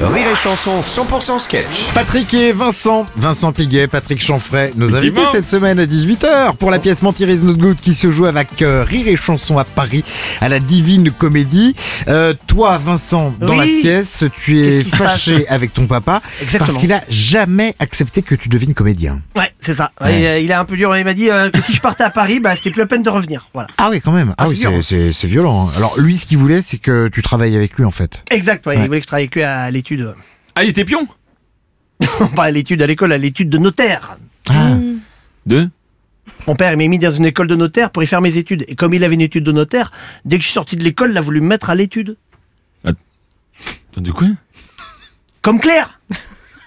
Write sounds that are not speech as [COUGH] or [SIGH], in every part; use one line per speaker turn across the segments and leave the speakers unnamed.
Rire et Chanson 100% sketch.
Patrick et Vincent, Vincent Piguet, Patrick Chanfray, nos invités
Effectivement.
cette semaine à 18h pour la pièce Mentir is not good qui se joue avec euh, Rire et Chanson à Paris à la Divine Comédie. Euh, toi Vincent, dans
Oui.
la pièce, tu es
Qu'est-ce qui se
fâché avec ton papa
Exactement.
parce qu'il a jamais accepté que tu devines comédien.
Ouais, c'est ça.
Ouais.
Et, euh, il a un peu dur. Il m'a dit euh, que si je partais à Paris, bah, c'était plus la peine de revenir. Voilà.
Ah oui quand même, ah,
Ah,
oui
c'est
c'est-
violent.
c'est c'est violent. hein. Alors lui ce qu'il voulait c'est que tu travailles avec lui en fait.
Exact. ouais,
Ouais.
Il voulait que je travaille avec lui à l'étude. euh, [LAUGHS]
Ah, il était pion
Pas à l'étude, à l'école, à l'étude de notaire.
Ah.
Deux
Mon père il m'a mis dans une école de notaire pour y faire mes études. Et comme il avait une étude de notaire, dès que je suis sorti de l'école, il a voulu me mettre à l'étude.
Attends, de quoi
Comme Claire.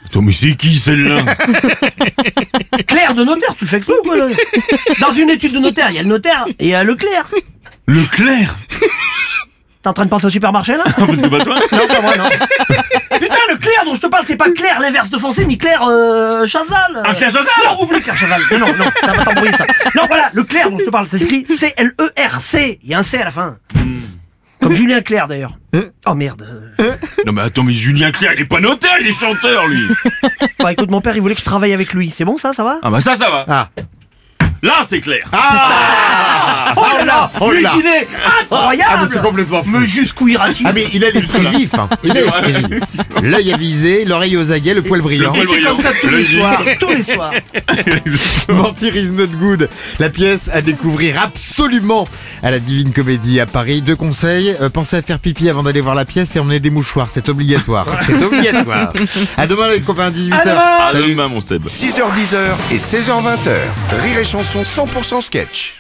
Attends, mais c'est qui celle-là
Claire de notaire, tu le fais exprès ou quoi [LAUGHS] là Dans une étude de notaire, il y a le notaire et il y a le clerc.
[LAUGHS] Le clair
T'es en train de penser au supermarché là
Ah, Parce que pas toi
Non, pas moi, non. Putain, le Claire dont je te parle, c'est pas Claire l'inverse de foncé, ni Claire euh, Chazal.
Ah, Claire Chazal
Non, oublie Claire Chazal. Non, non, non, ça va t'embrouiller ça. Non, voilà, le Claire dont je te parle, c'est écrit C-L-E-R-C. Il y a un C à la fin. Comme Julien Claire d'ailleurs. Oh merde.
Non, mais attends, mais Julien Claire, il est pas notaire, il est chanteur, lui
Bah écoute, mon père, il voulait que je travaille avec lui. C'est bon ça, ça va
Ah, bah ça, ça va
Ah.
Là, c'est clair
Oh là là
oh là
Lui,
là.
il est
Ah, mais
incroyable
c'est complètement fou.
Mais jusqu'où ira-t-il
Ah mais il a l'esprit vif, hein. il a l'esprit vif. L'œil avisé, l'oreille aux aguets, le poil brillant.
Et c'est comme ça tous les
Logique.
soirs. Tous les soirs.
Mentir is not good. La pièce à découvrir absolument à la Divine Comédie à Paris. Deux conseils. euh, pensez à faire pipi avant d'aller voir la pièce et emmener des mouchoirs. C'est
[LAUGHS]
obligatoire. C'est obligatoire. à demain les copains, 18h.
À demain.
Ah, demain, mon Seb
6h10h et 16h20h. Rire et Chanson 100% sketch.